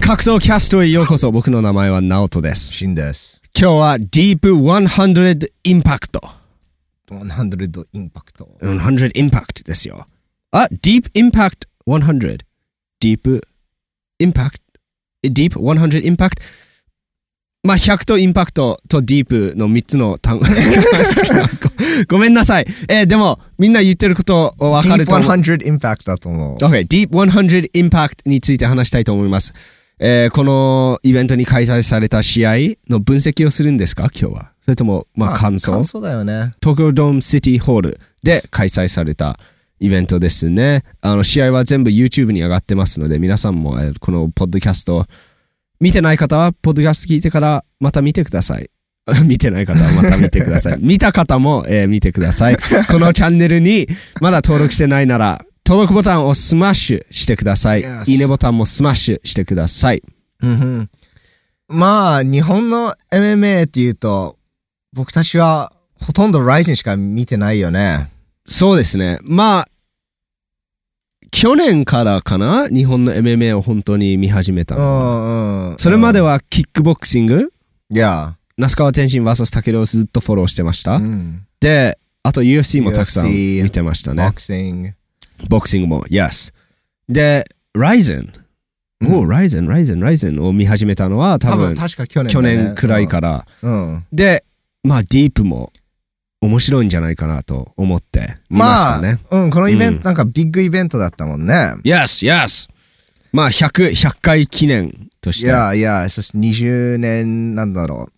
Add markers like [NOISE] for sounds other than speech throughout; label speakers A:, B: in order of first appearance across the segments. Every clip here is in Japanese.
A: 格闘キャストへようこそ。僕の名前はナオトです。
B: シンです。
A: 今日は Deep100 Impact。
B: 100インパクト。
A: 100 Impact ですよ。あ、Deep Impact 100。Deep Impact。Deep 100 Impact。まあ、100とインパクトとディープの3つの単語。 [LAUGHS] ごめんなさい。えーでも、みんな言ってることわかると思う。
B: 100インパクトだと思う。
A: OK、Deep 100 Impact について話したいと思います。えーこのイベントに開催された試合の分析をするんですか今日は。それとも、まあ、感想
B: 感想だよね。
A: 東京ドームシティホールで開催されたイベントですね。あの、試合は全部 YouTube に上がってますので、皆さんも、えーこのポッドキャストを見てない方は、ポッドキャスト聞いてからまた見てください。 [LAUGHS] 見てない方はまた見てください。見た方も、えー見てください。このチャンネルにまだ登録してないなら、登録ボタンをスマッシュしてください。
B: Yes
A: いいねボタンもスマッシュしてください。
B: うんうん。まあ、日本の MMA っていうと、僕たちはほとんど Ryzen しか見てないよね。
A: そうですね。まあ、去年からかな日本の MMA を本当に見始めた
B: う
A: の。
B: んうん。
A: それまではキックボクシング、
B: いや。
A: 那須川天心 VS 武尊をずっとフォローしてました。
B: うん。
A: で、あと UFC もたくさん
B: UFC
A: 見てました
B: ボ
A: ね。
B: クシング。
A: ボクシングも、Yes。で、Ryzen。おう、Ryzen、Ryzen、Ryzen を見始めたのは多
B: 多
A: 分
B: 分、確か去年
A: 去
B: だね。
A: 年くらいから。
B: うん。うん。
A: で、まあ、ディープも面白いんじゃないかなと思って見ましたね。
B: うん、このイベント、
A: うん
B: なんかビッグイベントだったもんね。
A: Yes, yes. まあ、100、100回記念とし
B: い
A: て。
B: やいや、そして20年なんだろう。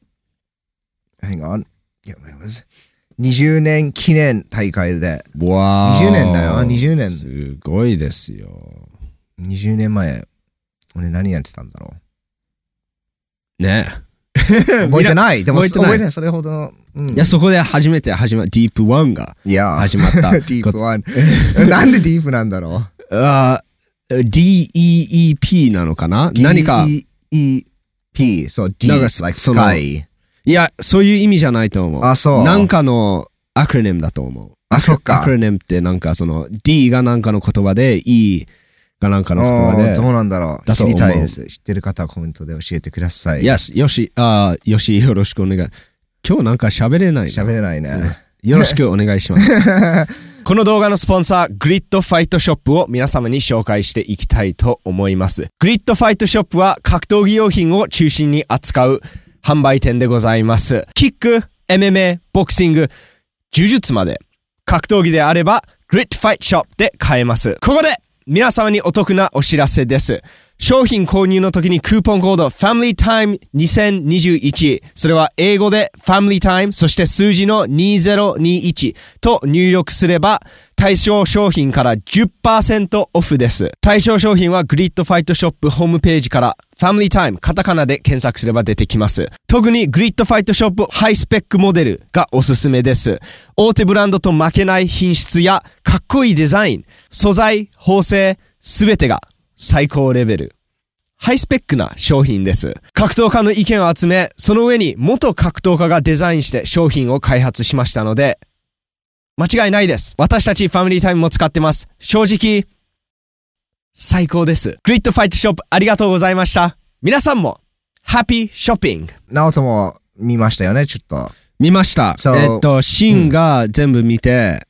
B: Hang on. Yeah, where was it? 20年記念大会で、
A: わー
B: 20年だよ20年
A: すごいですよ。
B: 20年前、俺何やってたんだろ
A: ね。
B: う。覚えてないでも
A: 覚
B: 覚
A: えてない
B: えてないそれほどの。うん
A: いや、そこで初めて始ま、ディープワンが
B: いや、
A: 始まっ
B: [LAUGHS]
A: た。
B: ディープワン。 [LAUGHS] なんでディープなんだろう
A: あー DEEP なのかな [LAUGHS] 何か、
B: ?DEEP。そう、D
A: なんか
B: like
A: その
B: sky。
A: いや、そういう意味じゃないと思う。
B: あそう
A: なんかのアクロネムだと思う。
B: あ、そっ
A: ア
B: か
A: ク。ロネムってなんかその D がなんかの言葉で E がなんかの言葉
B: うん
A: で
B: どう。なんだろう
A: だと思う
B: 知りたいです。知ってる方はコメントで教えてください。
A: Yes, よし、あーよし、よろしくお願い。今日なんか喋れないな
B: 喋れないね。
A: よろしくお願いします。 [LAUGHS] この動画のスポンサー、グリッドファイトショップを皆様に紹介していきたいと思います。グリッドファイトショップは格闘技用品を中心に扱う販売店でございます。キック、MMA、ボクシング、呪術まで格闘技であれば Grit Fight Shop で買えます。ここで皆様にお得なお知らせです。商品購入の時にクーポンコード FamilyTime2021 それは英語で FamilyTime そして数字の2021と入力すれば対象商品から10%オフです。対象商品はグリッドファイトショップホームページからファミリータイム、カタカナで検索すれば出てきます。特にグリッドファイトショップハイスペックモデルがおすすめです。大手ブランドと負けない品質やかっこいいデザイン、素材、縫製、すべてが最高レベル。ハイスペックな商品です。格闘家の意見を集め、その上に元格闘家がデザインして商品を開発しましたので、間違いないです。私たちファミリータイムも使ってます。正直、最高です。グリッドファイトショップありがとうございました。皆さんも、ハッピーショッピング
B: ナオトも見ましたよね、ちょっと。
A: 見ました。
B: So-
A: えっと、シンが全部見て、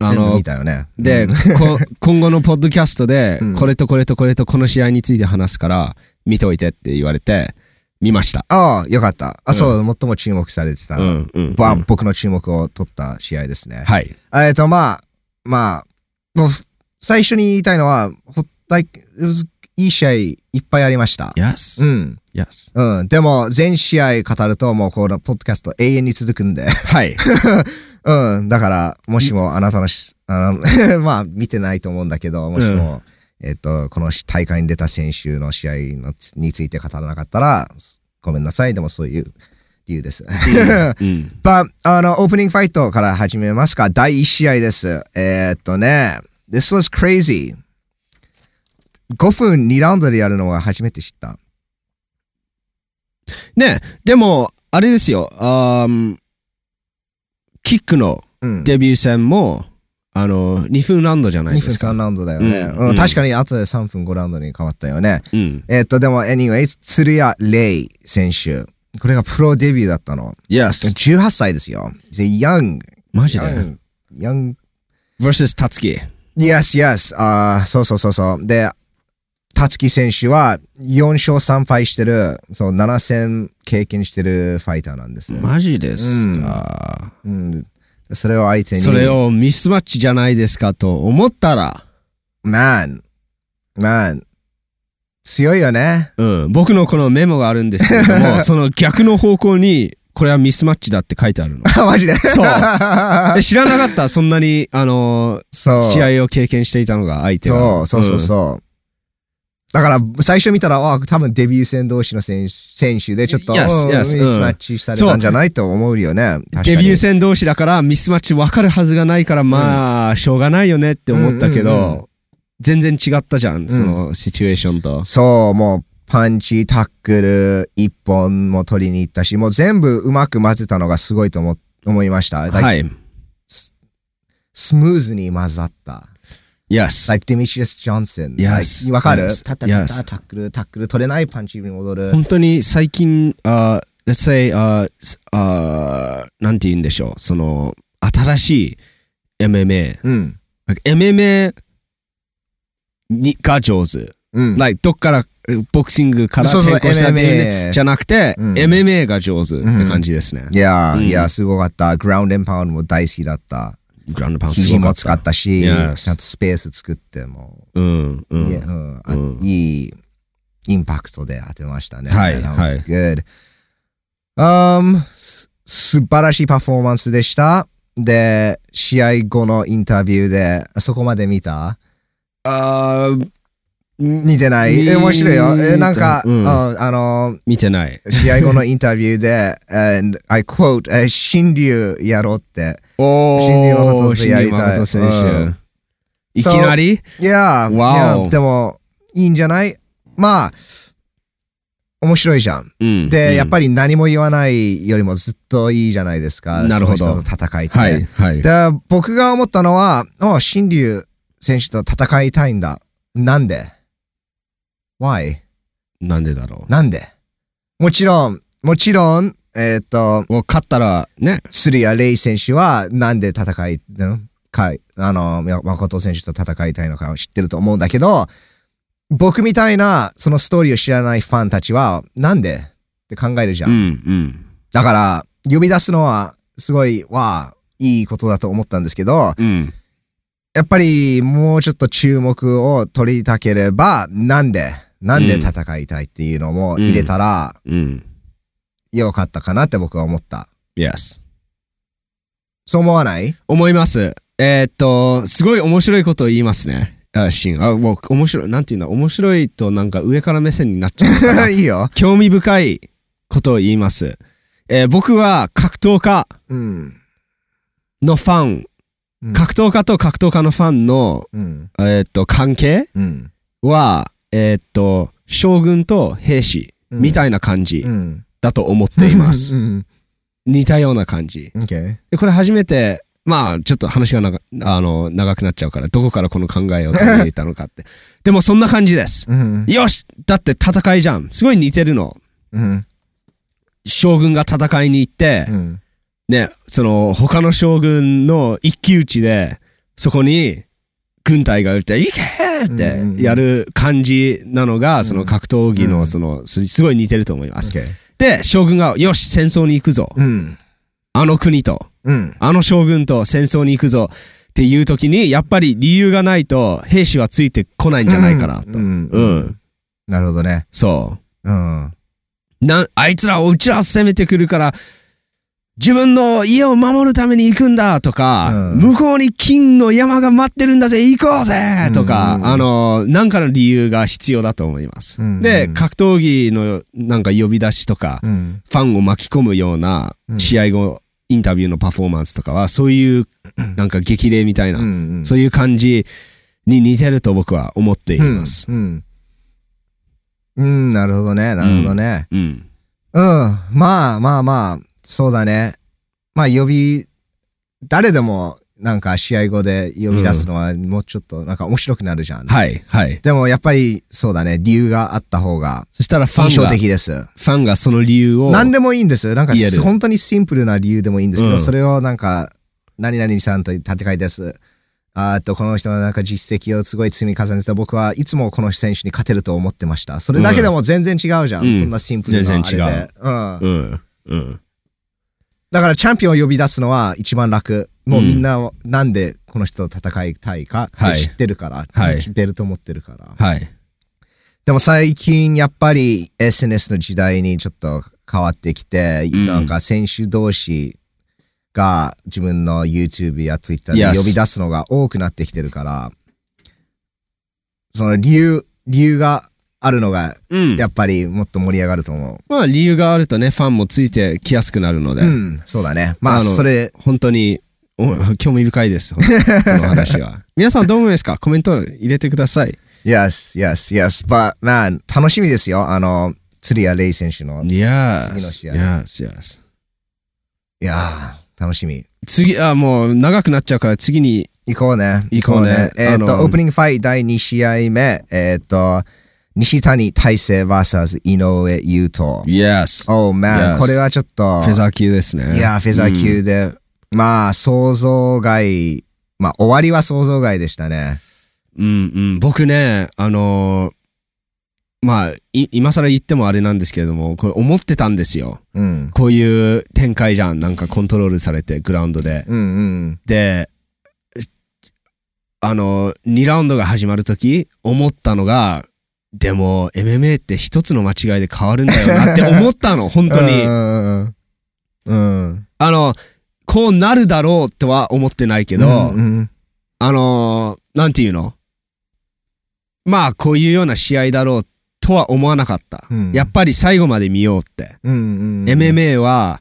A: あ
B: 全部
A: の
B: 見、たよね。
A: で、
B: うん
A: こ [LAUGHS] 今後のポッドキャストで、
B: うん
A: これとこれとこれとこの試合について話すから、見ておいてって言われて、見ました。
B: ああ、よかった。あ、そう、最も注目されてた。
A: うん、うん。
B: ば
A: うん
B: 僕の注目を取った試合ですね。
A: はい。
B: えっと、まあ、まあ、もう最初に言いたいのは、ほ like, it was- いい試合いっぱいありました。う
A: Yes.
B: ん。
A: Yes.
B: うん。でも、全試合語ると、もうこのポッドキャスト永遠に続くんで。 [LAUGHS]
A: はい。
B: うん。だから、もしもあなたのし、あの [LAUGHS] まあ、見てないと思うんだけど、もしも、えっと、この大会に出た選手の試合のつについて語らなかったら、ごめんなさい。でもそういう理由です。
A: うん。
B: [LAUGHS] But, あの、オープニングファイトから始めますか。第1試合です。えーっとね、This was crazy. 5分2ラウンドでやるのは初めて知った。
A: ねでも、あれですよ、あーんキックの
B: うん。
A: デビュー戦も、あの、2分ラウンドじゃない
B: 2
A: で
B: 分
A: すか。
B: 3ラウンドだよね。
A: うん
B: うん
A: うん
B: 確かに、あとで3分5ラウンドに変わったよね。
A: うん。
B: えっと、でも、anyway、鶴谷レイ選手。これがプロデビューだったの。
A: Yes。
B: 18歳ですよ。で、ヤング。
A: マジで
B: ヤング。ヤング
A: ?versus たつき。
B: Yes, yes. ああ、そうそうそうそう。で、辰木選手は4勝3敗してる、そう、7戦経験してるファイターなんですね。
A: マジですか。
B: うん。それを相手に、
A: それをミスマッチじゃないですかと思ったら、
B: man, man, 強いよね。 [LAUGHS]
A: うん、僕のこのメモがあるんですけれども、その逆の方向に、これはミスマッチだって書いてあ
B: [LAUGHS]
A: るの。
B: あマジで。
A: そうで知らなかった、そんなに、あの
B: [LAUGHS] そう。
A: 試合を経験していたのが相手
B: そ
A: は。
B: うそうそうそう。だから、最初見たら、あ多分デビュー戦同士の選手選手で、ちょっと、
A: Yes, yes,
B: う
A: う
B: ん
A: ん
B: ミスマッチされたんじゃないと思うよね。
A: うん
B: 確かに
A: デビュー戦同士だからミスマッチ分かるはずがないから、まあ、しょうがないよねって思ったけ
B: うんうんう
A: ど、全然違ったじゃん、そのシチュエーションと。
B: そう、もう、パンチ、タックル、一本も取りに行ったし、もう全部うまく混ぜたのがすごいと思、思いました。Like
A: はい。
B: スムーズに混ざった。
A: Yes。
B: like Demetrius Johnson.
A: Yes.
B: Like わかる
A: Yes.
B: タッタッ
A: Yes.
B: タタックル、タックル、取れないパンチに戻る。
A: 本当に最近、あー let's say, あーすあーなんて言うんでしょう、その、新しい MMA。
B: うん。
A: like MMA にが上手。
B: うん。
A: like どっからえボクシングから
B: そう
A: 転向
B: そう
A: したっていうね
B: MMA
A: じゃなくて、
B: うん
A: MMA が上手って感じですね、
B: いや
A: うん
B: ー、いやー、すごかった。グラウンドエンパウンドも大好きだった。
A: グラウンドパウンドす
B: 肘
A: ごか
B: も
A: っ
B: 使
A: た
B: ったし、ち
A: Yes
B: ゃんとスペース作っても、
A: うんうん
B: いやうんあ
A: うん
B: いいインパクトで当てましたね。
A: はい
B: That was
A: はい
B: good. Um, す素晴らしいパフォーマンスでした。で、試合後のインタビューで、そこまで見た
A: あーん
B: 似てないえ面白いよ。えなんか、
A: うん
B: うんあの、
A: 見てない
B: 試合後のインタビューで、and [LAUGHS] I quote, え新竜やろうって。
A: お
B: 新竜誠
A: ー
B: 選手やりたい
A: 誠選
B: う
A: 手
B: ん
A: いきなり
B: いやー、
A: Wow
B: いやでも、いいんじゃないまあ、面白いじゃん。
A: うん
B: で、やっぱ
A: り
B: り何も言わないよりもずっといいじゃないですか。
A: なるほど
B: この人と戦いって。
A: はいはい
B: で、僕が思ったのは、お新竜選手と戦いたいんだ。なんで ?Why?
A: なんでだろ
B: なんでもちろん、もちろん、えっ、と、
A: うもう勝ったらね
B: 鶴谷レイ選手はなんで戦い、うんかい、あの、ま誠選手と戦いたいのかを知ってると思うんだけど、僕みたいな、そのストーリーを知らないファンたちは、なんでって考えるじゃ
A: うんうん
B: だから、呼び出すのは、すごい、わあ、いいことだと思ったんですけど、や
A: うん
B: っぱり、もうちょっと注目を取りたければ、なんで、なんで戦いたいっていうのも入れたら、
A: うん
B: よかったかなって僕は思った。
A: Yes
B: そう思わない [COUGHS]
A: 思います。えーっと、すごい面白いことを言いますね。あ、シン。あ、もう、面白い、なんていうんだ、面白いとなんか上から目線になっちゃうの [LAUGHS] かな。
B: いいよ。
A: 興味深いことを言います。えー僕は格闘家
B: うん。
A: のファン、
B: うん
A: 格闘家と格闘家のファンの、
B: うん。
A: えーっと、関係
B: うん。
A: は、えーっと、将軍と兵士みたいな感じ
B: うん。
A: だと思っています。
B: うん。
A: 似たような感じ。
B: OK。
A: でこれ初めて、まあ、ちょっと話がながあの長くなっちゃうから、どこからこの考えを取り入れたのかって。 [LAUGHS] でも、そんな感じです。
B: うん。
A: よしだって戦いじゃん。すごい似てるの。
B: うん。
A: 将軍が戦いに行って、
B: うん。
A: ね、その、他の将軍の一騎打ちで、そこに、軍隊が打って、いけーってやる感じなのが、その格闘技
B: うん
A: の、その、すすごい似てると思います。
B: OK。
A: で、将軍が、よし戦争に行くぞ
B: うん。
A: あの国と。
B: うん。
A: あの将軍と戦争に行くぞっていう時に、やっぱり理由がないと兵士はついてこないんじゃないかなと。
B: う
A: うん。
B: ん。なるほどね。
A: そ
B: うん。
A: う。な、あいつらをうちは攻めてくるから、自分の家を守るために行くんだとか、
B: うん
A: 向こうに金の山が待ってるんだぜ、行こうぜとか、
B: うん
A: あの、なんかの理由が必要だと思います。
B: うん
A: で、格闘技のなんか呼び出しとか、
B: うん。
A: ファンを巻き込むような試合後、インタビューのパフォーマンスとかは、そういうなんか激励みたいな
B: う、ん。
A: そういう感じに似てると僕は思っています。
B: うん。うん。なるほどね。なるほどね。
A: うん。
B: うん。まあまあまあ、そうだね。まあ、呼び、誰でも、なんか試合後で読み出すのはもうちょっとなんか面白くなるじゃん。
A: はい、はい。
B: でもやっぱりそうだね、理由があった方が
A: そしたらファンが、
B: 印象的です。
A: ファンがその理由を、
B: 何でもいいんです。なんか
A: 言える
B: 本当にシンプルな理由でもいいんですけど、
A: うん
B: それをなんか、何々さんと立て替えです。あーっと、この人のなんか実績をすごい積み重ねてた僕はいつもこの選手に勝てると思ってました。それだけでも全然違うじゃん。
A: うん
B: そんなシンプルなあれで。
A: 全然違う
B: うん。
A: うん、うん。
B: だからチャンピオンを呼び出すのは一番楽。もうみんななんでこの人と戦いたいかって知ってるから、
A: はい
B: 知ってると思ってるから。
A: はい。
B: でも最近やっぱり SNS の時代にちょっと変わってきて、
A: ん
B: なんか選手同士が自分の YouTube や Twitter で
A: Yes
B: 呼び出すのが多くなってきてるから、その理由、理由があるのが
A: うん。
B: やっぱりもっと盛り上がると思
A: まあ理由があるとね、ファンもついてきやすくなるので、
B: う。うん、そうだね。まあ
A: あの
B: それ、
A: 本当に、お興味深いです、この話は。皆さんどう思いますかコメント入れてください。
B: [LAUGHS] Yes, yes, yes. But man, 楽しみですよ。あの、釣りやレイ選手の。い次の
A: Yes.
B: 試合
A: Yes, yes.
B: やー、楽しみ。
A: 次、あ、もう長くなっちゃうから次に、
B: 行こうね。
A: 行こうね
B: えっ、
A: あ
B: と、
A: の
B: オープニングファイト第2試合目。えっ、と、西谷大成 VS 井上優斗。
A: Yes.
B: Oh man,
A: Yes
B: これはちょっと、
A: フェザー級ですね。
B: いやー、フェザー級で、まあ、想像外、まあ、終わりは想像外でしたね。
A: うんうん、僕ね、あのーまあ、い今更言ってもあれなんですけれども、これ思ってたんですよ。
B: うん。
A: こういう展開じゃん。なんかコントロールされて、グラウンドで。
B: うんうん。
A: で、あのー、2ラウンドが始まるとき、思ったのが、でも、MMA って一つの間違いで変わるんだよなって思ったの、本当
B: [LAUGHS] う
A: に。
B: んうん。うん。
A: あの、こうなるだろうとは思ってないけ
B: け
A: ど、
B: うんうん
A: あのー、なんていうのまあ、こういうような試合だろうとは思わなかった。
B: うん
A: やっぱり最後まで見ようって。
B: うんうん。
A: MMA は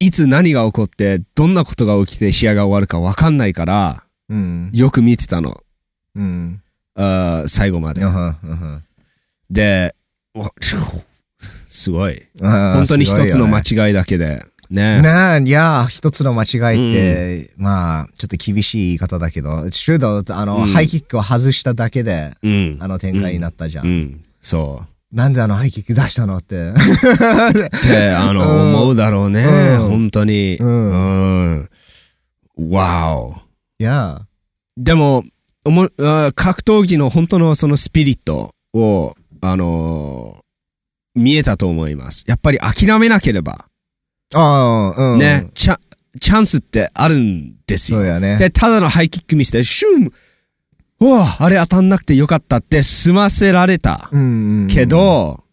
A: いつ何が起こって、どんなことが起きて試合が終わるか分かんないから、
B: うん。
A: よく見てたの。
B: うん。
A: あー最後まで
B: う。んうん
A: で、わすごい。
B: うん
A: 本当に一つの間
B: 間
A: 違いだけで。ね
B: ねえ、いや、一つの間違いって、まあ、ちょっと厳しい言い方だけど、シュート、あの、
A: うん
B: ハイキックを外しただけで、
A: うん。
B: あの展開になったじゃん。
A: うん。そう。
B: なんであのハイキック出した
A: [LAUGHS]
B: のって。
A: って、あの、
B: うん
A: 思うだろうね。
B: うん
A: 本当に。
B: う
A: うん。わお。
B: いや、
A: でも、おもあー格闘技の本当のそのスピリットを、あのー見えたと思います。やっぱり諦めなければ、
B: ああ、うん。
A: ね、チャ、チャンスってあるんです
B: そ
A: よ
B: う。やね。
A: で、ただのハイキック見せて、シュンうわあれ当たんなくてよかったって済ませられた。
B: うん。
A: け、ど、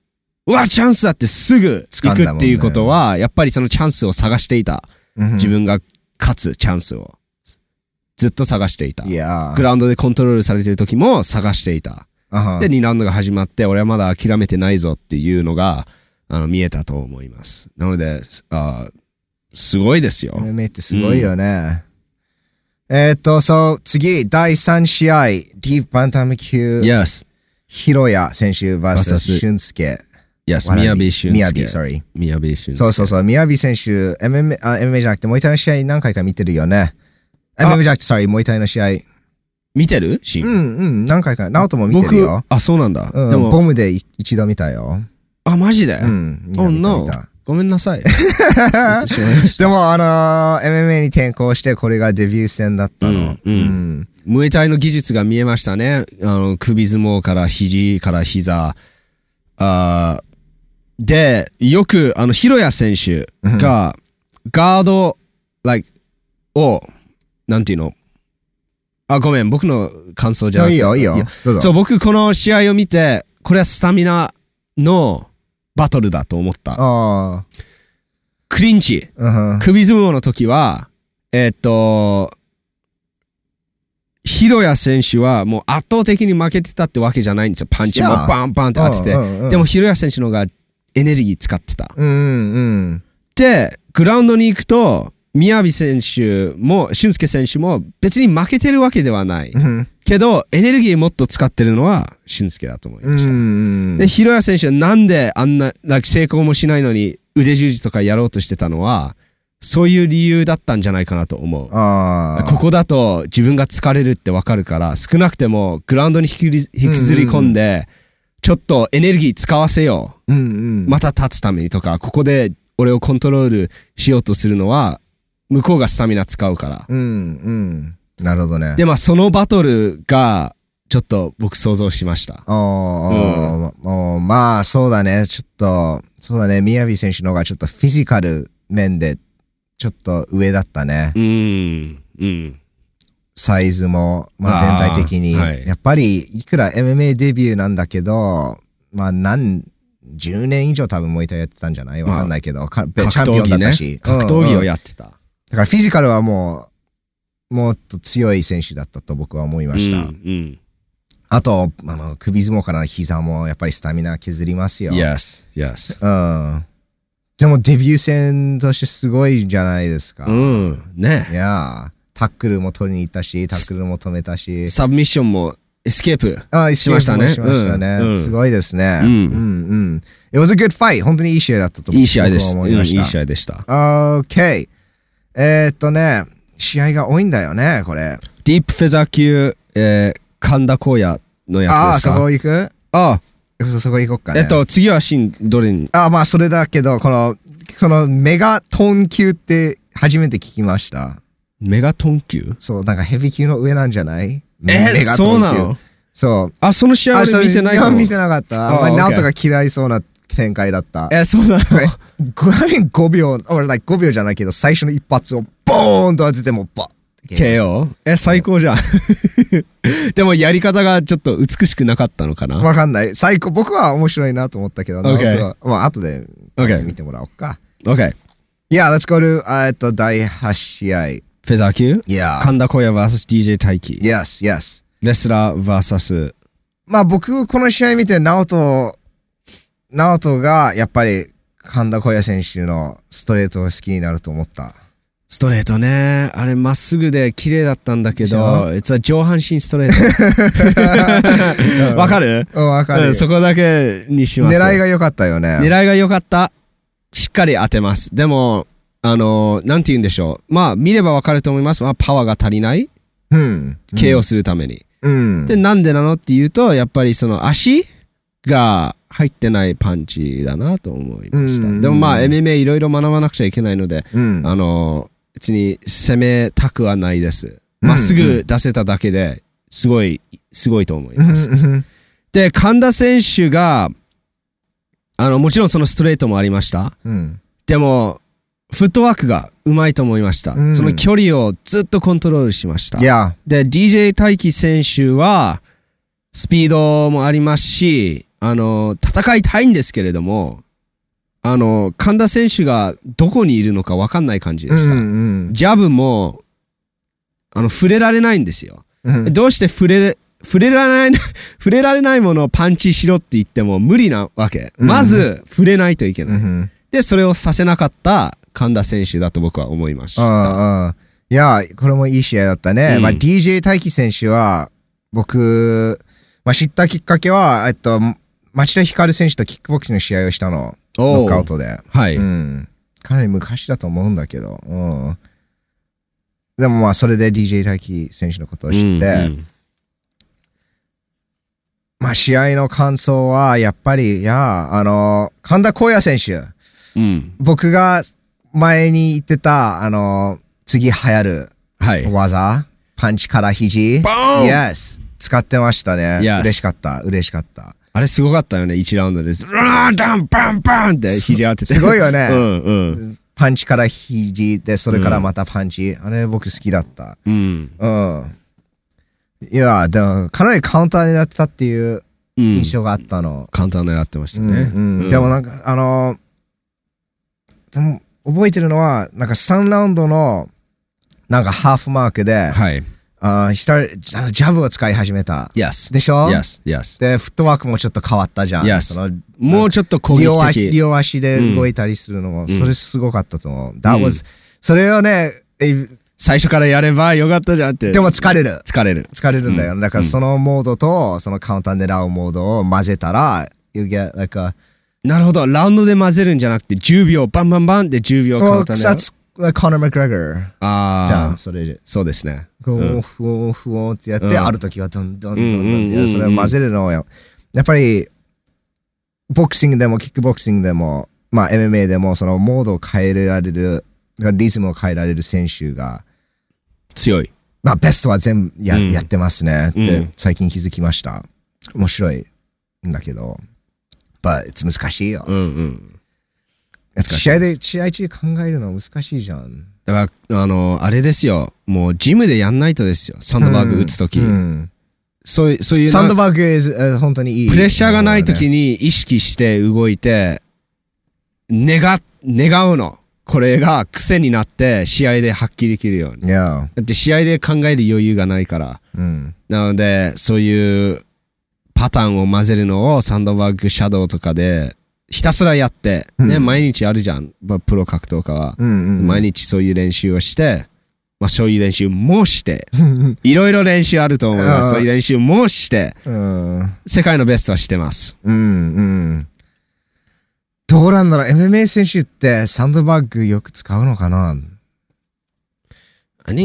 A: うわ、チャンスだってすぐ行くっていうことは、やっぱりそのチャンスを探していた。
B: うん、
A: 自分が勝つチャンスをずっと探していた。
B: いや
A: グラウンドでコントロールされてる時も探していた。
B: あ
A: で、2ラウンドが始まって、俺はまだ諦めてないぞっていうのが、あの、見えたと思います。なので、あーすごいですよ。
B: MMA ってすごいよね。えーっと、そう、次、第3試合、ディープバンタム級、
A: Yes.
B: ヒロヤ選手 VS 俊介。
A: Yes. 宮部俊
B: 宮部、
A: 介。
B: sorry。
A: 宮部俊介。
B: そうそうそう、宮城選手、MMA, あ MMA じゃなくて、モイタイの試合何回か見てるよね。MMA じゃなくて、sorry、モイタイの試合。
A: 見てるシー
B: う
A: ン、
B: んうん、何回か。ナオトも見てる
A: 僕
B: よ。、
A: あ、そうなんだ。
B: うん、
A: で
B: ボ
A: も、
B: ムでい一度見たよ。
A: あ、マジで、
B: うん、見た
A: Oh
B: 見た
A: no.
B: 見た。
A: ごめんなさ
B: [LAUGHS]
A: い。しまいました
B: でも、あのー MMA に転向して、これがデビュー戦だったの。
A: うんうんムエタイの技術が見えましたね。あの、首相撲から肘から膝。あーで、よく、あの、ヒロヤ選手が、ガード、like、を、なんていうのあ、ごめん、僕の感想じ
B: で
A: ゃ
B: [LAUGHS] も
A: なく
B: い
A: て
B: いよ、いいよ。どう
A: そ
B: ぞ。
A: う、僕この試合を見て、これはスタミナのバトルだと思った。
B: ああ、
A: クリンチ。
B: うんうん。
A: 首相撲の時は、えーっと、ヒロヤ選手はもう圧倒的に負けてたってわけじゃないんですよ。パンチも
B: いや
A: バンバンって当てて
B: う。んうんうん
A: でも、ヒロヤ選手の方がエネルギー使ってた。
B: うんうんうん。
A: で、グラウンドに行くと、宮城選手も俊介選手も別に負けてるわけではない。
B: うん
A: けど、エネルギーもっと使ってるのは俊介だと思い
B: うんう
A: ました。
B: ん。
A: で、ヒロヤ選手はなんであんな、なんか成功もしないのに腕十字とかやろうとしてたのは、そういう理由だったんじゃないかなと思う。
B: ああ。
A: ここだと自分が疲れるってわかるから、少なくてもグラウンドに引きり引きずり込んで、ちょっとエネルギー使わせよ
B: うんうん。
A: う。また立つためにとか、ここで俺をコントロールしようとするのは、向こうがスタミナ使うから。
B: うんうん。なるほどね。
A: で、まあそのバトルが、ちょっと僕想像しました。
B: あーあー、あーまあ、そうだね。ちょっと、そうだね。宮城選手の方がちょっとフィジカル面で、ちょっと上だったね。
A: うーん。うん。
B: サイズも、まあ、
A: あー
B: 全体的に。
A: はい
B: やっぱり、いくら MMA デビューなんだけど、まあ、何、10年以上多分モイタイやってたんじゃないわかんないけど、かチ
A: 格
B: ャンピオ
A: 闘技
B: ンだった
A: ね
B: し。。
A: 格闘技
B: うんう
A: を
B: ん
A: やってた。
B: だからフィジカルはもう、もっと強い選手だったと僕は思いました。
A: うん。
B: あと、あの、首相撲からの膝もやっぱりスタミナ削りますよ。
A: Yes, yes.
B: うん。でもデビュー戦としてすごいじゃないですか。い
A: うん。ね。
B: やータックルも取りに行ったし、タックルも止めたし。
A: サブミッションもエスケープ。
B: あ、
A: しましたね
B: しましたね。
A: うんうん
B: すごいですね。
A: う
B: うんん、うん、It was a good fight. 本当にいい試合だったと僕
A: いい試合です。
B: 僕は
A: う
B: 思
A: ん
B: い
A: い
B: ま
A: い
B: した。
A: 試合でした。
B: 合。OK。えー、っとね、試合が多いんだよね、これ。
A: ディープフェザー級、えー、神田光也のや
B: あ
A: つ
B: あ、
A: です
B: そ
A: か
B: こ行く
A: あ
B: そそこ行こっかね。
A: えっと、次はシン、どれに
B: ああ、まあ、それだけど、この、そのメガトン級って初めて聞きました。
A: メガトン級
B: そう、なんかヘビー級の上なんじゃない
A: え
B: メガトン級
A: そうなの
B: そう。
A: あ、その試合は
B: そう
A: 見てない
B: や
A: かも。
B: 見てなかった。
A: あ
B: まあ、
A: ー
B: ナオ
A: OK
B: トが嫌いそうな展開だった。
A: え、そうな
B: [LAUGHS]
A: の
B: ごめん、5秒、俺、like 5秒じゃないけど、最初の一発をボーンと当てても、バッ
A: ?KO? え、最高じゃん。 [LAUGHS] でも、やり方がちょっと美しくなかったのかな
B: わかんない。最高、僕は面白いなと思ったけど、
A: OK
B: ナオトはまあ、後で
A: OK
B: 見てもらおうか。
A: ?OK。
B: Yeah, let's go to, あえっと、第8試合。
A: フェザー級
B: Yeah.
A: 神田光也 VSDJ 大輝。
B: Yes, yes.
A: レスラー VS。
B: まあ僕、この試合見て、ナオト、ナオトが、やっぱり、神田小也選手のストレートを好きになると思った。
A: ストレートね。あれ、まっすぐで綺麗だったんだけ
B: でし
A: ど、
B: ょ
A: 実は上半身ストレート。 [LAUGHS] わかる
B: うん、わか
A: う
B: る。
A: ん、そこだけにします。
B: 狙いが良かったよね。
A: 狙いが良かった。しっかり当てます。でも、あのーなんて言うんでしょう。まあ、見ればわかると思います。まあ、パワーが足りない。
B: うん。
A: KO するために。
B: うん。
A: で、なんでなのっていうと、やっぱりその足が入ってないパンチだなと思いました。
B: うん
A: でもまあ、MMA いろいろ学ばなくちゃいけないので、
B: うん。
A: あのー別に攻めたくはないです。まっすぐ出せただけで、すごい、すごいと思い
B: うん
A: ます。
B: うん
A: で、神田選手が、あの、もちろんそのストレートもありました。
B: うん。
A: でも、フットワークがうまいと思いました。
B: うん
A: その距離をずっとコントロールしました。
B: いや、
A: で、DJ 大輝選手は、スピードもありますし、あの、戦いたいんですけれども、あの、神田選手がどこにいるのかわかんない感じ
B: う
A: でした。
B: ん
A: ジャブも、あの、触れられないんですよ。
B: うん。
A: どうして触れ、触れられない、 [LAUGHS] 触れられないものをパンチしろって言っても無理なわけ。
B: うん
A: まず、触れないといけ
B: う
A: ない。
B: ん。
A: で、それをさせなかった神田選手だと僕は思いました。
B: ああ、いや、これもいい試合だったね。
A: うん
B: まあ、DJ 大輝選手は、僕、まあ、知ったきっかけは、えっと、町田光選手とキックボクシングの試合をしたの。ノ
A: お
B: ッ
A: う
B: クアウトで。
A: はい、
B: うん。かなり昔だと思うんだけど。うん。でもまあ、それで DJ 大輝選手のことを知って、
A: うん
B: まあ、試合の感想は、やっぱり、いや、あの、神田光也選手。
A: うんうん
B: 僕が前に言ってた、あの、次流行る
A: はい。
B: 技、パンチから肘、
A: ボーン
B: Yes! 使ってましたね。
A: Yes
B: 嬉しかった、嬉しかった。
A: あれすごかったよね、1ラウンドです。ラーンダンバンバンって肘当てて。
B: すごいよね
A: うんうん。
B: パンチから肘で、それからまたパンチ。あれ僕好きだった。
A: うん。
B: うん。いや、でも、かなりカウンター狙ってたっていう
A: うん。
B: 印象があったの。
A: 簡単狙ってました
B: うん
A: ね。
B: うんでもなんか、あのでも覚えてるのは、なんか3ラウンドの、なんかハーフマークで、
A: はい。
B: あーしたあのジャブを使い始めた。
A: Yes。
B: でしょ
A: Yes。Yes。
B: で、フットワークもちょっと変わったじゃん。
A: Yes
B: その
A: もうちょっと攻
B: 両
A: 撃
B: 足
A: 的。
B: 両足で動いたりするのも、
A: ん
B: それすごかったと思う。That
A: うん
B: was、それをね、え
A: 最初からやればよかったじゃんって。
B: でも疲れる。
A: 疲れる。
B: 疲れるんだよ。だからそのモードと、そのカウンター狙うモードを混ぜたら、you get like a,
A: なるほど。ラウンドで混ぜるんじゃなくて、10秒バンバンバンで10秒簡
B: もう
A: 単
B: 草
A: 狙
B: つコーナー・マクレガーじゃ
A: あ
B: ん、
A: あ、
B: それで。
A: そうですね。
B: こう、ふおふおってやっ
A: うん
B: て、ある時はどんどんどんどん
A: うんうんうんう
B: っ
A: ん
B: て、それを混ぜるのをや、やっぱり、ボクシングでも、キックボクシングでも、まあ MMA でも、そのモードを変えられる、リズムを変えられる選手が、
A: 強い。
B: まあベストは全部や,、
A: うん
B: やってますねっ
A: う
B: て
A: ん、
B: 最近気づきました。面白いんだけど、but it's 難しいよ。
A: うんうん。
B: 試合で、試合中考えるのは難しいじゃん。
A: だから、あの、あれですよ。もう、ジムでやんないとですよ。サンドバッグ打つとき
B: う。ん
A: そういう、そういうな、
B: サンドバッグ is えー本当にいい。
A: プレッシャーがないときに意識して動いて、願、願うの。これが癖になって、試合で発揮できるように。
B: いや、
A: だって試合で考える余裕がないから。
B: うん。
A: なので、そういうパターンを混ぜるのをサンドバッグシャドウとかで、ひたすらやって、ね、
B: うん
A: 毎日あるじゃん。まあ、プロ格闘家は。
B: うんうん。
A: 毎日そういう練習をして、まあ、そういう練習もして、
B: うん
A: いろいろ練習あると思いま
B: あ
A: す。
B: あ
A: そういう練習もして、
B: うん。
A: 世界のベストはしてます。
B: うんうん。どうなんだろう ?MMA 選手ってサンドバッグよく使うのかな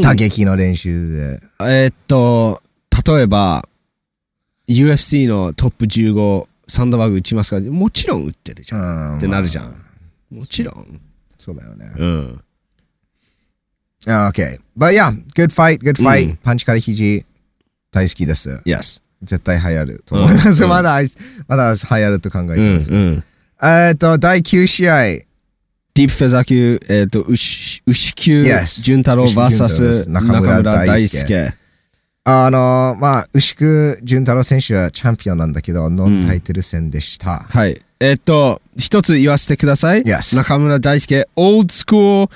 B: 打撃の練習で。
A: えーっと、例えば、UFC のトップ15、サンドバッグ打ちますかもちろん打ってるじゃん。
B: ん
A: ってなるじゃ
B: まあ
A: ん。もちろん。
B: そうだよね。
A: うん。
B: あ OK。But yeah, good fight, good
A: う
B: fight. パンチから肘、大好きです。
A: Yes。
B: 絶対流行ると思いま
A: う
B: す。
A: ん
B: [LAUGHS] まだ、まだ流行ると考え
A: う
B: て
A: ん。う
B: ます。
A: ん。
B: えっと、第9試合。
A: ディープフェザー級、えーっと、牛牛級
B: Yes
A: 潤太郎
B: 牛久潤太郎
A: VS 中村
B: 中村
A: 大
B: 大
A: 輔
B: 輔。あの、まあ、牛久潤太郎選手はチャンピオンなんだけど、ノンタイトル戦でした。
A: はい。えーっと、一つ言わせてください。
B: Yes
A: 中村大輔、オールスクール、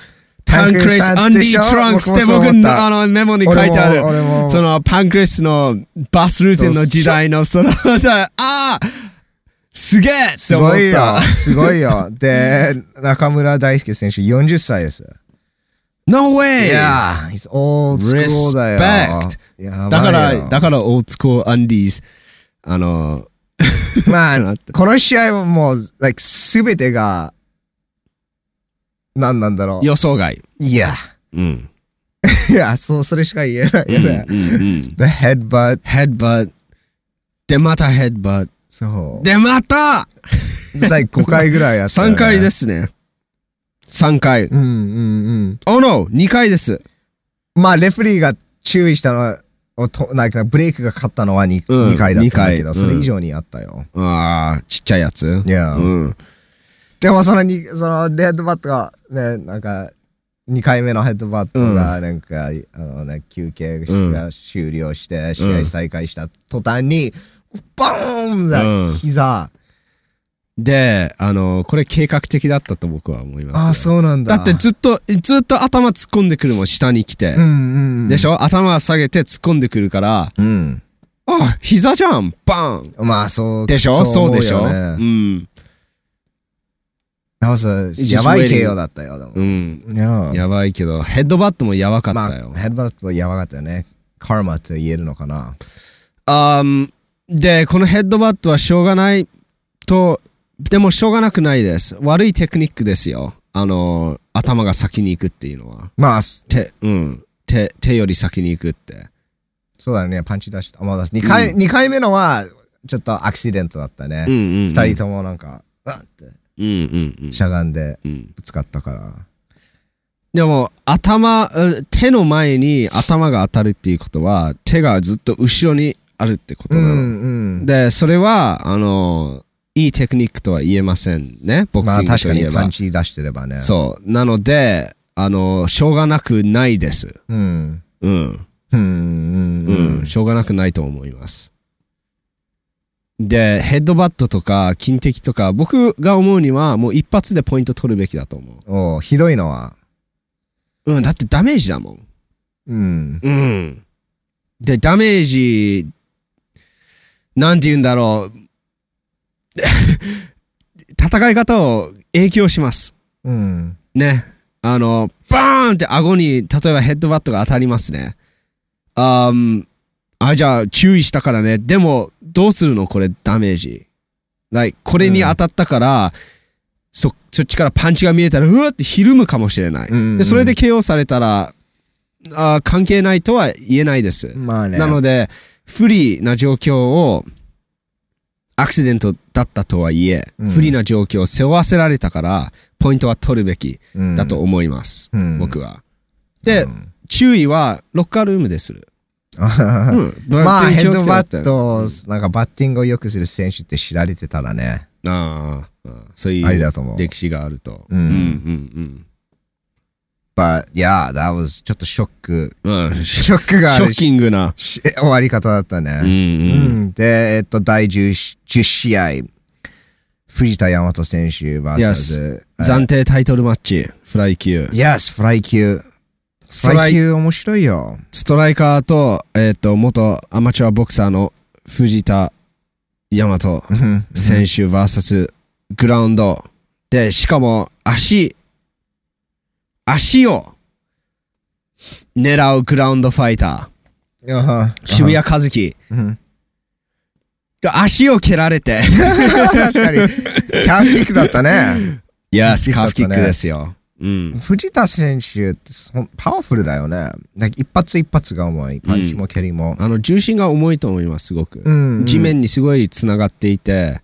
A: パンクレス、
B: パ
A: ア
B: ン
A: ン
B: ク
A: ディ・
B: レス
A: ト
B: さん
A: ランクスって
B: でしょ
A: 僕
B: 僕もそう思った
A: のあのメモに書いてある。
B: 俺も、俺も
A: そのパンクレスのバスルーティンの時代のその、ああすげえって
B: す
A: 思っ
B: ごいよ
A: た。、
B: すごいよ。で、中村大輔選手40歳です。
A: No way!
B: いやー、he's old school だよ。やばいよ
A: だから、だからオーツコアンディーズ、あの、
B: まあ、この試合はもう、like、すべてが、何なんだろう。
A: 予想外。
B: いや、
A: うん。
B: いや、そう、それしか言えないよね。The headbutt.
A: ヘッドバッでまたヘッドバッ
B: そう。
A: でまた
B: 最後5回ぐらいやったよね。
A: !3 回ですね。3回。
B: うんうんうん。
A: Oh no!2 回です。
B: まあ、レフェリーが注意したのは、おとなんかブレイクが勝ったのは 2,、
A: うん
B: 二回だったんだけ
A: 二回
B: ど、それ以上にあったよ。
A: ああ、ちっちゃいやつ。
B: いや、
A: うん。
B: でもそのに、そのレッドバットが、ね、なんか、2回目のヘッドバットが、なんか、あのね、休憩が終了して、試合再開した途端に、バーンだ、
A: うん
B: 膝。
A: で、あの、これ計画的だったと僕は思います。
B: ああ、そうなん
A: だ
B: だ。
A: ってずっと、ずっと頭突っ込んでくるもん、下に来て
B: う。んうん。
A: でしょ頭下げて突っ込んでくるから、
B: うん。
A: あ、膝じゃんバン
B: まあ、そう。
A: でしょそう
B: 思よ
A: でしょう
B: ね
A: ん。
B: なんかやばい KO だったよ、でも。
A: うん。
B: いや
A: やばいけど、ヘッドバットもやばかっ
B: まあ、
A: たよ。
B: ヘッドバットはやばかったよね。カルマって言えるのかな。
A: あーで、このヘッドバットはしょうがないと、でもしょうがなくないです。悪いテクニックですよ。あのー、頭が先に行くっていうのは。
B: まあ、そ
A: 手、うん。手、手より先に行くって。
B: そうだね。パンチ出した。まあ、2回、二回目のは、ちょっとアクシデントだったね。
A: うんうん、うん。
B: 二人ともなんか、うわって
A: うんうん
B: しゃがんで
A: うん。うん。
B: ぶつかったから。
A: でも、頭、う手の前に頭が当たるっていうことは、手がずっと後ろにあるってことなの。
B: うん。
A: で、それは、あの、いいテクニックとは言えませんね。ボク
B: ま
A: シ
B: あ
A: ング
B: 確
A: と
B: か
A: いえ
B: に
A: ば。
B: パンチ出してればね。
A: そう。なので、あの、しょうがなくないです。
B: う。うん。
A: うん。う。
B: うんうんん。
A: しょうがなくないと思います。で、ヘッドバットとか、金敵とか、僕が思うには、もう一発でポイント取るべきだと思
B: おうひどいのは。
A: う。うん、だってダメージだもん。
B: うん。
A: うん。で、ダメージ、なんて言うんだろう。 [LAUGHS] 戦い方を影響します。
B: うん。
A: ね。あの、バーンって顎に、例えばヘッドバットが当たりますね。あーん、あ、じゃあ注意したからね。でも、どうするのこれダメージ。like これに当たったから、そ、そっちからパンチが見えたら、うわってひるむかもしれない。
B: うんうんうん
A: で、それで KO されたら、あー関係ないとは言えないです。
B: まあね。
A: なので、不利な状況を、アクシデントだったとはいえ、
B: うん
A: 不利な状況を背負わせられたから、ポイントは取るべき
B: うん
A: だと、思います。
B: うん
A: 僕は。で、
B: うん
A: 注意は、ロッカールームです
B: [LAUGHS]
A: る。うん
B: まあ、
A: 本当に
B: ヘ
A: 気
B: ッ
A: をつ
B: ド
A: けろ
B: バ
A: っ
B: ッ
A: て
B: ト、なんかバッティングを良くする選手って知られてたらね、
A: ああああ、そうい
B: あり
A: う
B: だと思う。
A: 歴史があると。
B: うん
A: うんうん
B: まあ、いや、that was ちょっとショック、
A: うん。
B: [LAUGHS]
A: うん、シ
B: ショックがあ
A: ョ
B: る
A: ッキングな。
B: し終わり方だったね。
A: うんうん。
B: うんで、えっと、第 10, 10試合、藤田大和選手 VS、
A: 暫定タイトルマッチ、フライ級。
B: Yes、フライ級。
A: ス
B: フ
A: トラ
B: ライ
A: イ
B: 級面白いよ。
A: ストライカーと、えっ、と、元アマチュアボクサーの藤田大和
B: うん
A: 選手 VS グラウンド。で、しかも足、足を狙うグラウンドファイタ
B: あは
A: ー、渋谷和樹。
B: うん
A: 足を蹴られ
B: [LAUGHS]
A: て、
B: 確かに。キャフキックだったね。
A: い [LAUGHS] や、ス
B: キック
A: カー
B: だっ
A: フキ
B: たね
A: ックですよ。うん。
B: 藤田選手ってそんパワフルだよね。なんか一発一発が重い。パンチも蹴りも。
A: あの、重心が重いと思います、すごく。
B: うん
A: 地面にすごいつながっていて、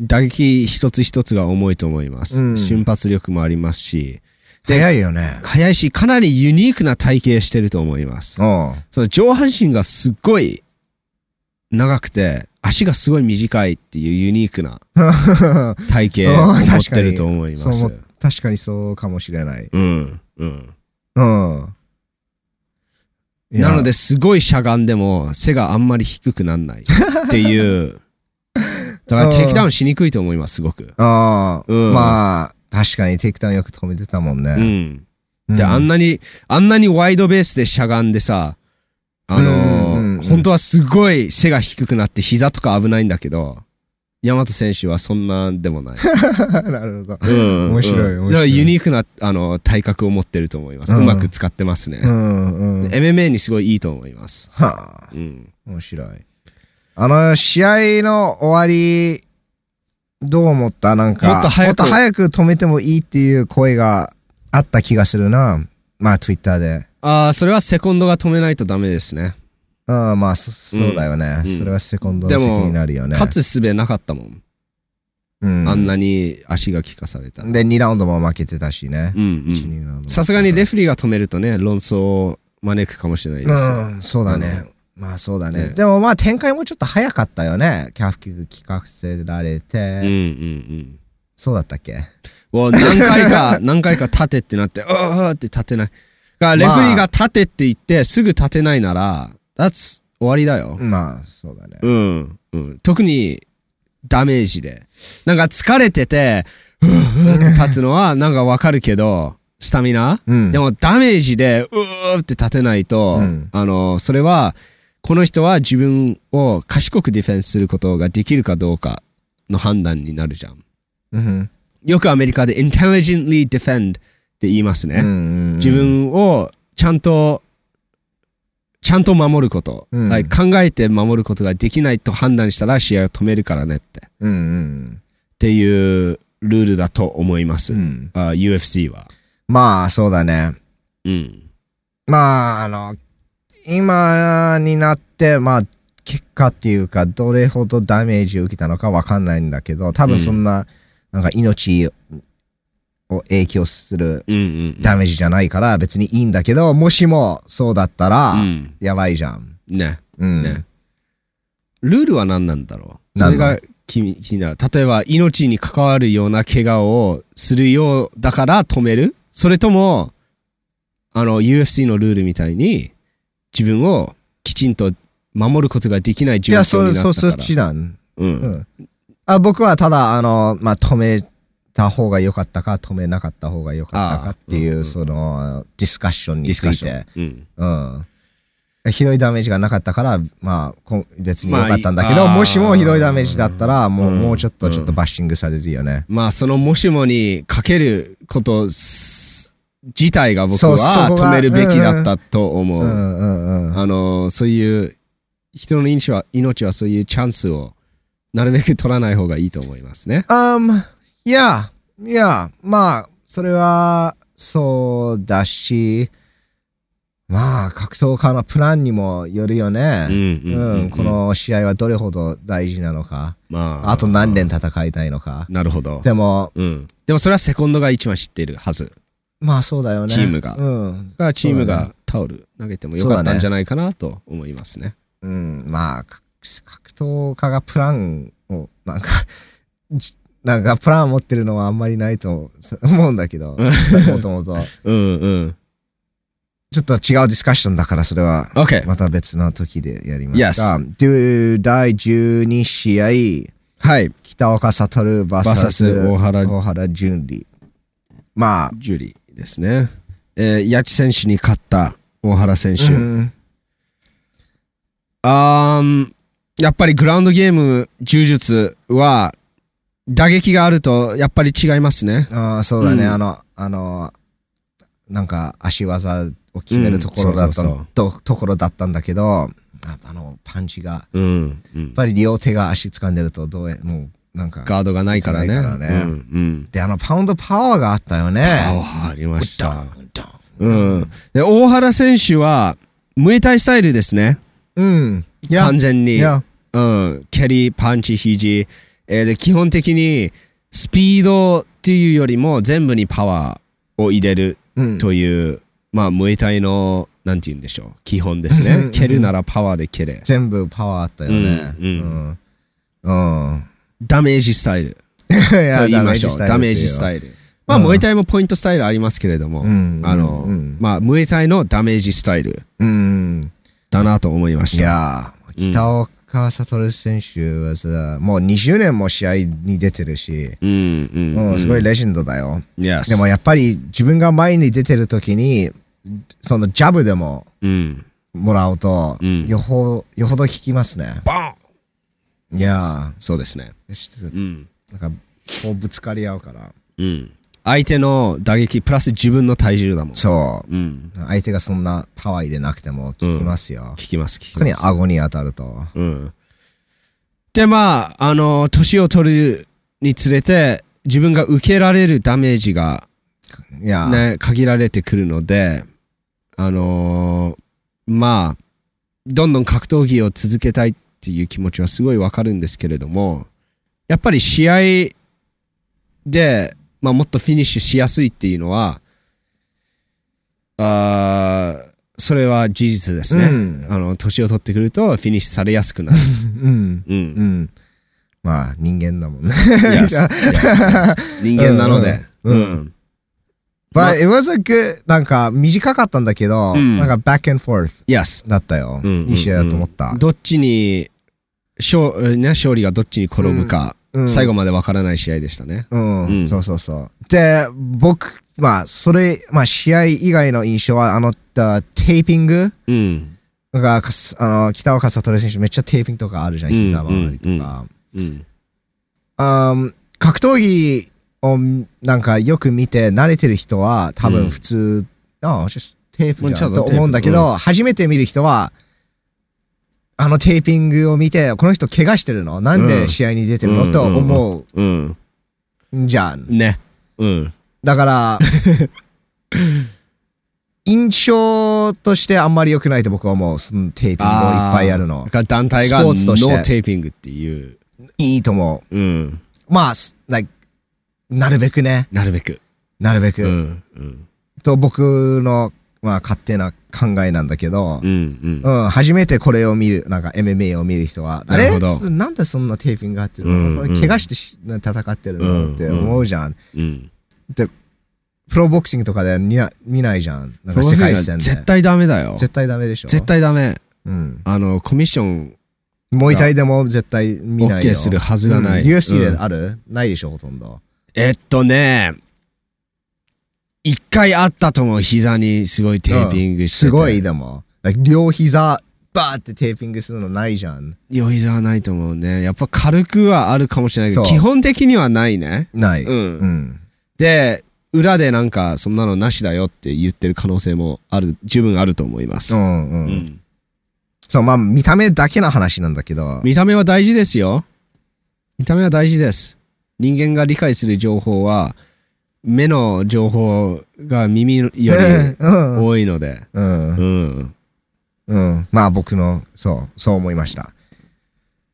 A: 打撃一つ一つが重いと思います。
B: うん
A: 瞬発力もありますし、
B: 早いよね。
A: 速いし、かなりユニークな体型してると思います。
B: おう
A: その上半身がすっごい長くて、足がすごい短いっていうユニークな体型を
B: あー
A: 持っ
B: 確か
A: て
B: に
A: ると思いま
B: そう
A: す
B: 思。 [LAUGHS] 確かにそうかもしれない。
A: うん。うん。
B: うん。いや
A: なので、、すごいしゃがんでも、背があんまり低くなんないって
B: [LAUGHS]
A: いう。だから、テイクダウンしにくいと思います、すごく。
B: ああ、
A: うん
B: まあ、確かにテイクダウンよく止めてたもん
A: う
B: ね。
A: ん。
B: うん
A: じゃあ、あんなに、あんなにワイドベースでしゃがんでさ、あのー
B: うんうんうん
A: 本当はすごい背が低くなって膝とか危ないんだけど、大和選手はそんなんでもない。
B: [LAUGHS] なるほど。
A: うん
B: [LAUGHS] 面白い
A: うん
B: 面白
A: だ
B: い
A: からユニークな、あの、体格を持ってると思います。
B: う
A: うんまく使ってますね
B: う。んうん。
A: MMA にすごいいいと思います。
B: はあ、
A: うん。
B: 面白い。あの、試合の終わり、どう思ったなんか、
A: もっと早く
B: もっと早く止めてもいいっていう声があった気がするな。まあ、ツイッターで。
A: ああ、それはセコンドが止めないとダメですね。
B: うん、まあ、そそうだよね、
A: うん
B: それはセコンドの責任になるよね。
A: 勝つ術なかったもん。
B: うん、
A: あんなに足が効かされたら。
B: で、2ラウンドも負けてたしね
A: う。ん、う
B: 1
A: ん。
B: 2ラウンドも
A: さすがにレフェリーが止めるとね、論争を招くかもしれないですね。
B: うん、そうだね。まあそうだね。
A: ね
B: でもまあ展開もちょっと早かったよね。キャフキック聞かせられて。
A: うんうんうん。
B: そうだったっけ
A: もう何回か、 [LAUGHS] 何回か立てってなって、うーって立てない。だからレフェリーが立てって言って、すぐ立てないなら、that's 終わりだよ。
B: まあそうだね。
A: うん。うん。特に、ダメージで。なんか疲れてて、うーって立つのは、なんかわかるけど、スタミナ
B: うん。
A: でもダメージで、うーって立てないと、
B: うん
A: あの、それは、この人は自分を賢くディフェンスすることができるかどうかの判断になるじゃん。
B: うん、
A: よくアメリカで intelligently defend って言います
B: うんう
A: ね。
B: ん。
A: 自分をちゃんと、ちゃんと守ること、
B: うん
A: はい考えて守ることができないと判断したら試合を止めるからねって。っ
B: うんうん
A: ていうルールだと思います。
B: うん。
A: あ UFC は。
B: まあそうだね。
A: うん。
B: まああの、今になって、まあ結果っていうか、どれほどダメージを受けたのかわかんないんだけど、多分そんな、なんか命を影響する
A: うんうん。
B: ダメージじゃないから別にいいんだけど、もしもそうだったら、
A: うん。
B: やばいじゃん。
A: ね。
B: うん。
A: ねルールは何なんだろうそ
B: な
A: れ
B: んだ
A: が気に気になる。例えば、命に関わるような怪我をするようだから止めるそれとも、あの、UFC のルールみたいに、自分をきちんと守ることができない
B: い
A: 状
B: や、
A: 況
B: そ
A: にな
B: う、
A: っ
B: そう、
A: たか
B: そ
A: ら。
B: っちだ、ね
A: う。
B: うんん。あ僕はただ、あの、まあ、止めた方が良かったか、止めなかった方が良かったかって
A: ああ
B: いう、
A: うんうん
B: その、ディスカッション
A: ディ
B: に
A: ス
B: つ
A: カッ
B: い
A: ショ
B: て
A: ン。。うん。
B: うん。ひどいダメージがなかったから、まあ、こん別に良
A: まあ
B: かったんだけど、
A: ああ
B: もしもひどいダメージだったら、もう、
A: うん
B: もうちょっと、
A: うん
B: ちょっとバッシングされるよね。
A: まあ、そのもしもにかけることす自体が僕
B: そうそ
A: は
B: こが
A: 止めるべきだったと思
B: う
A: う。
B: んうんうん。
A: あのそういう人の命は命はそういうチャンスをなるべく取らない方がいいと思いますね。
B: Um, yeah. いや、まあ、それは、そうだし、まあ、格闘家のプランにもよるよね。
A: うんうんうんうん
B: この試合はどれほど大事なのか、
A: まあ、
B: あと何年戦いたいのか。
A: なるほど。
B: でも、
A: うん。でもそれはセコンドが一番知ってるはず。
B: まあそうだよね。
A: チームが
B: うん。
A: だからチーム
B: そうだ
A: がタオル投げてもよかったんじゃないかなと思いますね。
B: うん、まあ、か格闘家がプランを、なんか、じなんかプランを持ってるのはあんまりないと思うんだ
A: [LAUGHS]
B: けど、もともと。
A: うんうん。
B: ちょっと違うディスカッションだから、それは
A: OK。
B: また別の時でやりますが、で第12試合、
A: はい。
B: 北岡悟 VS
A: VS 大原
B: 大原純理。まあ、
A: ジュリーですね。えー、八千選手に勝った大原選手。
B: うん、
A: あーんやっぱりグラウンドゲーム、柔術は、打撃があると、やっぱり違いますね。
B: あーそうだね、
A: うん
B: あの、あの、なんか足技を決めるところだった、
A: うんそうそう
B: とところだったんだけど、ああの、パンチが、やっ
A: うん。うん、
B: ぱり両手が足掴んでると、どうや、もう、なんか、
A: ガードがないからね。
B: ないからね
A: うん、うん。
B: で、あの、パウンドパワーがあったよね。
A: ああ、ありまし
B: ド
A: た。
B: ン、ドン。
A: うん。で、大原選手は、ムエタイスタイルですね。
B: うん。いや、
A: 完全
B: い
A: に。
B: や、
A: うん。蹴り、パンチ、肘。えーで、基本的に、スピードっていうよりも、全部にパワーを入れる
B: うん。
A: という、まあ、ムエタイの、なんて言うんでしょう、基本です
B: うんうんう
A: ね
B: ん。
A: 蹴るならパワーで蹴れ。
B: 全部パワーあったよね。
A: う
B: うん。うん。
A: ダメージスタイル
B: い
A: と
B: や
A: [LAUGHS] 言いましょう。ダメージス
B: イ
A: タイル。まあ、ムエタイもポイントスタイルありますけれども、
B: ん
A: あの
B: う、ん
A: まあ、ムエタイのダメージスタイル
B: ルよ。うん。
A: だなと思いま
B: い
A: した。
B: やー、北岡悟選手はさ、もう20年も試合に出てるし、
A: うん、うん。
B: うん、すごいレジェンドだよ。
A: Yes
B: でもやっぱり自分が前に出てる時に、そのジャブでも
A: うん。
B: もらうと、
A: うん
B: よほど、よほど効きますね。
A: バン
B: いや
A: そうですね。
B: ー、
A: うん。
B: なんか、こうぶつかり合うから。
A: うん。相手の打撃、プラス自分の体重だもん。
B: そう。
A: うん。
B: 相手がそんなパワー入れなくても効きますよ。
A: 聞きます、聞き
B: 特に
A: ます。
B: 顎に当たると。
A: うん。で、まあ、あの、年を取るにつれて、自分が受けられるダメージが
B: いやー、
A: ね、限られてくるので、あのーまあ、どんどん格闘技を続けたいっていう気持ちはすごいわかるんですけれども、やっぱり試合で、まあ、もっとフィニッシュしやすいっていうのは、あーそれは事実ですね。
B: うん
A: あの、年を取ってくるとフィニッシュされやすくなる。
B: うん。
A: うん
B: う。ん。まあ、人間だもんね。
A: Yes, yes, yes. 人間なので。
B: うんうん
A: [LAUGHS] ま
B: But it was a good, なんか短かったんだけど、
A: うん
B: なんか back and forth
A: Yes.
B: だったよ。
A: うんうんうん
B: いい試合だと思った。
A: どっちに勝,、ね、勝利がどっちに転ぶか、
B: うん
A: 最後までわからない試合でしたね。
B: うん、
A: うん
B: そうそうそう。で、僕、まあ、それ、まあ、試合以外の印象は、あの、だテーピング
A: うん。
B: が、かすあの、北岡悟選手めっちゃテーピングとかあるじゃん、
A: うん
B: 膝周りとか。
A: うん。
B: あー格闘技を、なんかよく見て慣れてる人は、多分普通、ああ、just テープじゃん
A: も
B: と
A: うちょっと
B: 思うんだけど、初めて見る人は、あのテーピングを見て、この人怪我してるのなん
A: う
B: で
A: ん
B: 試合に出てるの、
A: うん
B: と思
A: うん。
B: うんじゃん。
A: ね。うん。
B: だから、 [LAUGHS] 印象としてあんまり良くないと僕は思う。そのテーピングをいっぱいやるの
A: だ。から団体が
B: ス
A: ノ
B: ポーツとして
A: ーテーピングっていう。
B: いいと思
A: うん。
B: う。まあ、す like なるべくね。
A: なるべく。
B: なるべく。
A: うん。うん。
B: と僕の、まあ、勝手な考えなんだけど、
A: うん。うん。
B: うん、初めてこれを見る、なんか MMA を見る人は、あ
A: なる
B: れ
A: ほど
B: なんでそんなテーピングがあってる
A: うん
B: のこれ
A: うん
B: 怪我してし戦ってる
A: うん
B: のって思うじゃん。
A: うん。
B: プロボクシングとかで見な見ないじゃん。なんか世界戦で。
A: 絶対ダメだよ。
B: 絶対ダメでしょ。
A: 絶対ダメ。
B: うん。
A: あの、コミッション
B: もう一体でも絶対見ないよ。
A: OK するはずがない。
B: うん UFC
A: う
B: で
A: ん
B: あるないでしょ、ほとんど。
A: えっとね、一回あったと思う、膝にすごいテーピングしてて、
B: すごい、でも。Like 両膝、バーってテーピングするのないじゃん。
A: 余裕はないと思うね。やっぱ軽くはあるかもしれないけど、
B: そう
A: 基本的にはないね。
B: ない。
A: う
B: うん。
A: ん。で、裏でなんか、そんなのなしだよって言ってる可能性もある、十分あると思いま
B: う
A: す。
B: んう。
A: うんん
B: そう、まあ、見た目だけの話なんだけど。
A: 見た目は大事ですよ。見た目は大事です。人間が理解する情報は、目の情報が耳より
B: [LAUGHS] うん
A: 多いので、
B: うん
A: うん。
B: うんまあ僕の、そう、そう思いました。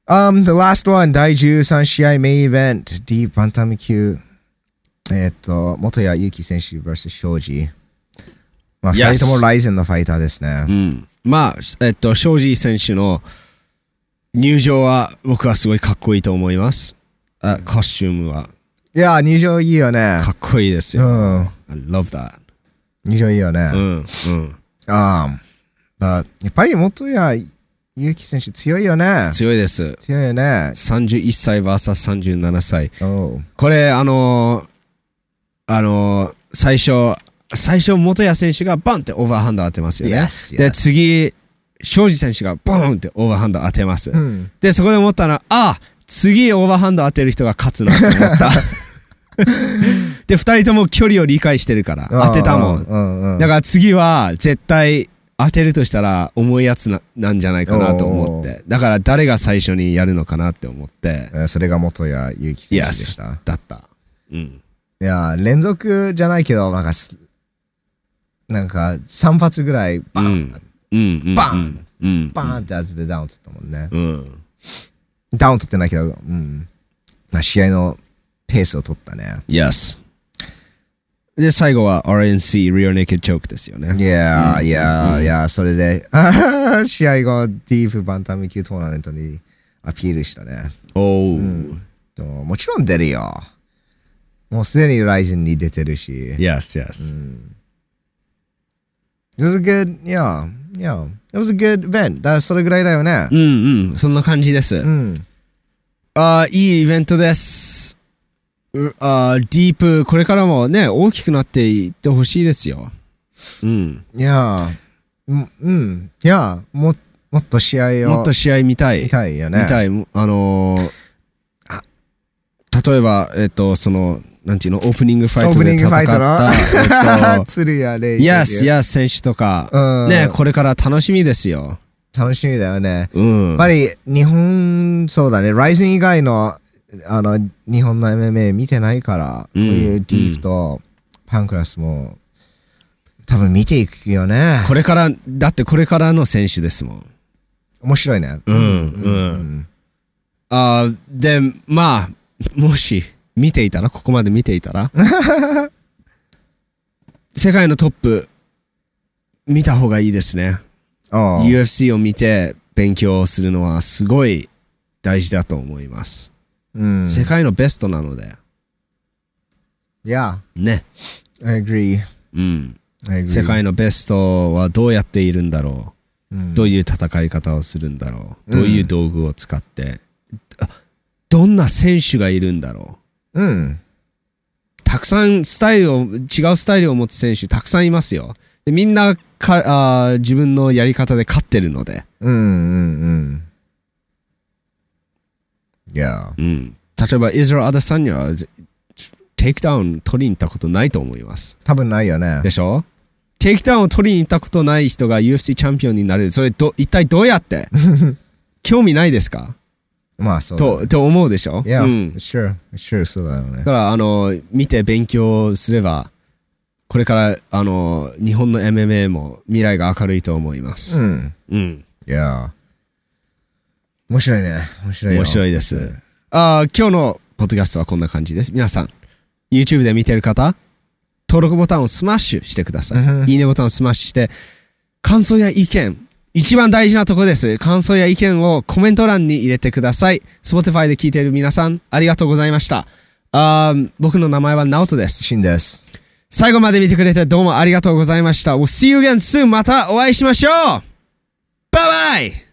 B: Um, the last one, 第13試合メインイベント、D バンタム級。えっと、元谷祐希選手 vs 庄司。まあ、
A: Yes
B: 2人ともライゼンのファイターですね
A: う。ん。まあ、えっと、庄司選手の入場は僕はすごいかっこいいと思います。あコスチュームはい
B: や、入場いいよね。
A: かっこいいです
B: う
A: よ。
B: ん。
A: I love that.
B: 入場いいよ
A: う
B: ね。
A: ん。うん。
B: ああ。やっぱり元谷祐希選手強いよね。
A: 強いです。
B: 強いよね。
A: 31歳 VS37 歳。
B: おう
A: これ、あのーあのー最初、最初、元谷選手がバンってオーバーハンド当てますよね。
B: Yes, yes.
A: で、次、庄司選手がボーンってオーバーハンド当てます。
B: うん。
A: で、そこで思ったのは、あ次オーバーハンド当てる人が勝つなって思
B: [LAUGHS]
A: った。で、二人とも距離を理解してるから、当てたもん。
B: うん。
A: だから次は、絶対、当てるとしたら、重いやつななんじゃないかなと思って。だから、誰が最初にやるのかなって思って、
B: えーそれが元谷祐希選手でした。
A: だった。うん。
B: いやー、連続じゃないけど、なんかす、なんか、3発ぐらい、バン、
A: うんうん
B: バン
A: うん
B: バーンって当ててダウン取ったもんね。
A: うん
B: ダウン取ってないけど、うん。まあ、試合のペースを取ったね。
A: Yes で最後は RNC リオネイケッドチョークですよね
B: いやー、いやー、いやー、それで、 [LAUGHS] あー試合後、ディープバンタム級トーナメントにアピールしたね。
A: おお
B: でももちろん出るよ。もうすでにライズンに出てるし。
A: Yes yes
B: It was a good, yeah, yeah. It was a good event. だそれぐらいだよね
A: う。んうんそんな感じです
B: うん。
A: あーいいイベントですうあーディープこれからもね大きくなっていってほしいですようん
B: いやー、うんうん、いやー、も、もっと試合を
A: もっと試合見たい
B: 見たいよね。
A: みたい、あのー例えば、えっと、その、なんていうの、オープニングファイ
B: オー
A: ト
B: プ
A: で
B: ニン
A: 戦
B: グ
A: っ
B: ファイトの
A: た、えっ
B: [LAUGHS]
A: と、
B: 鶴谷レイ
A: イエス、イエス選手と
B: う
A: か、
B: ん
A: ね、これから楽しみですよ。
B: 楽しみだよね。
A: う
B: や
A: ん
B: っ。ぱり、日本、そうだね、ライズン以外の、あの、日本の MMA 見てないから、
A: うん
B: こういうディープとパンクラスも、多分見ていくよね。
A: これから、だってこれからの選手ですもん。
B: 面白いね。
A: うん、うん。あーで、まあ、もし、見ていたら、ここまで見ていた
B: [LAUGHS]
A: ら、世界のトップ、見た方がいいですね。
B: ああ
A: UFC を見て勉強するのはすごい大事だと思います。
B: うん。
A: 世界のベストなので。
B: Yeah,
A: ね。
B: I agree.
A: うん。
B: I agree.
A: 世界のベストはどうやっているんだろう、
B: うん
A: どういう戦い方をするんだろう、
B: うん
A: どういう道具を使ってあどんな選手がいるんだろう
B: うん。
A: たくさんスタイルを違うスタイルを持つ選手たくさんいますよでみんなかあー自分のやり方で勝ってるので、
B: うんうんうん。Yeah.
A: うん、例えばイズラ・アダサンニャはぜテイクダウン取りに行ったことないと思います
B: 多分ないよね
A: で。しょテイクダウンを取りに行ったことない人が UFC チャンピオンになれるそれど一体どうやって
B: [LAUGHS]
A: 興味ないですか
B: まあそうだね。
A: とと思うでしょ、
B: Yeah,
A: うん、だ
B: sure, sure, そうだよね
A: か。らあの見て勉強すればこれからあの日本の MMA も未来が明るいと思いま
B: う
A: す、
B: ん。
A: うん、
B: Yeah. 面白いね。面白いよ。
A: 面白いですあー今日のポッドキャストはこんな感じです皆さん YouTube で見てる方登録ボタンをスマッシュしてくださ
B: うん
A: いいいねボタンをスマッシュして感想や意見一番大事なとこです感想や意見をコメント欄に入れてください Spotify で聞いている皆さんありがとうございましたあー僕の名前はナオトです
B: シンです。
A: 最後まで見てくれてどうもありがとうございました。We'll see you again soon. またお会いしましょうバイバイ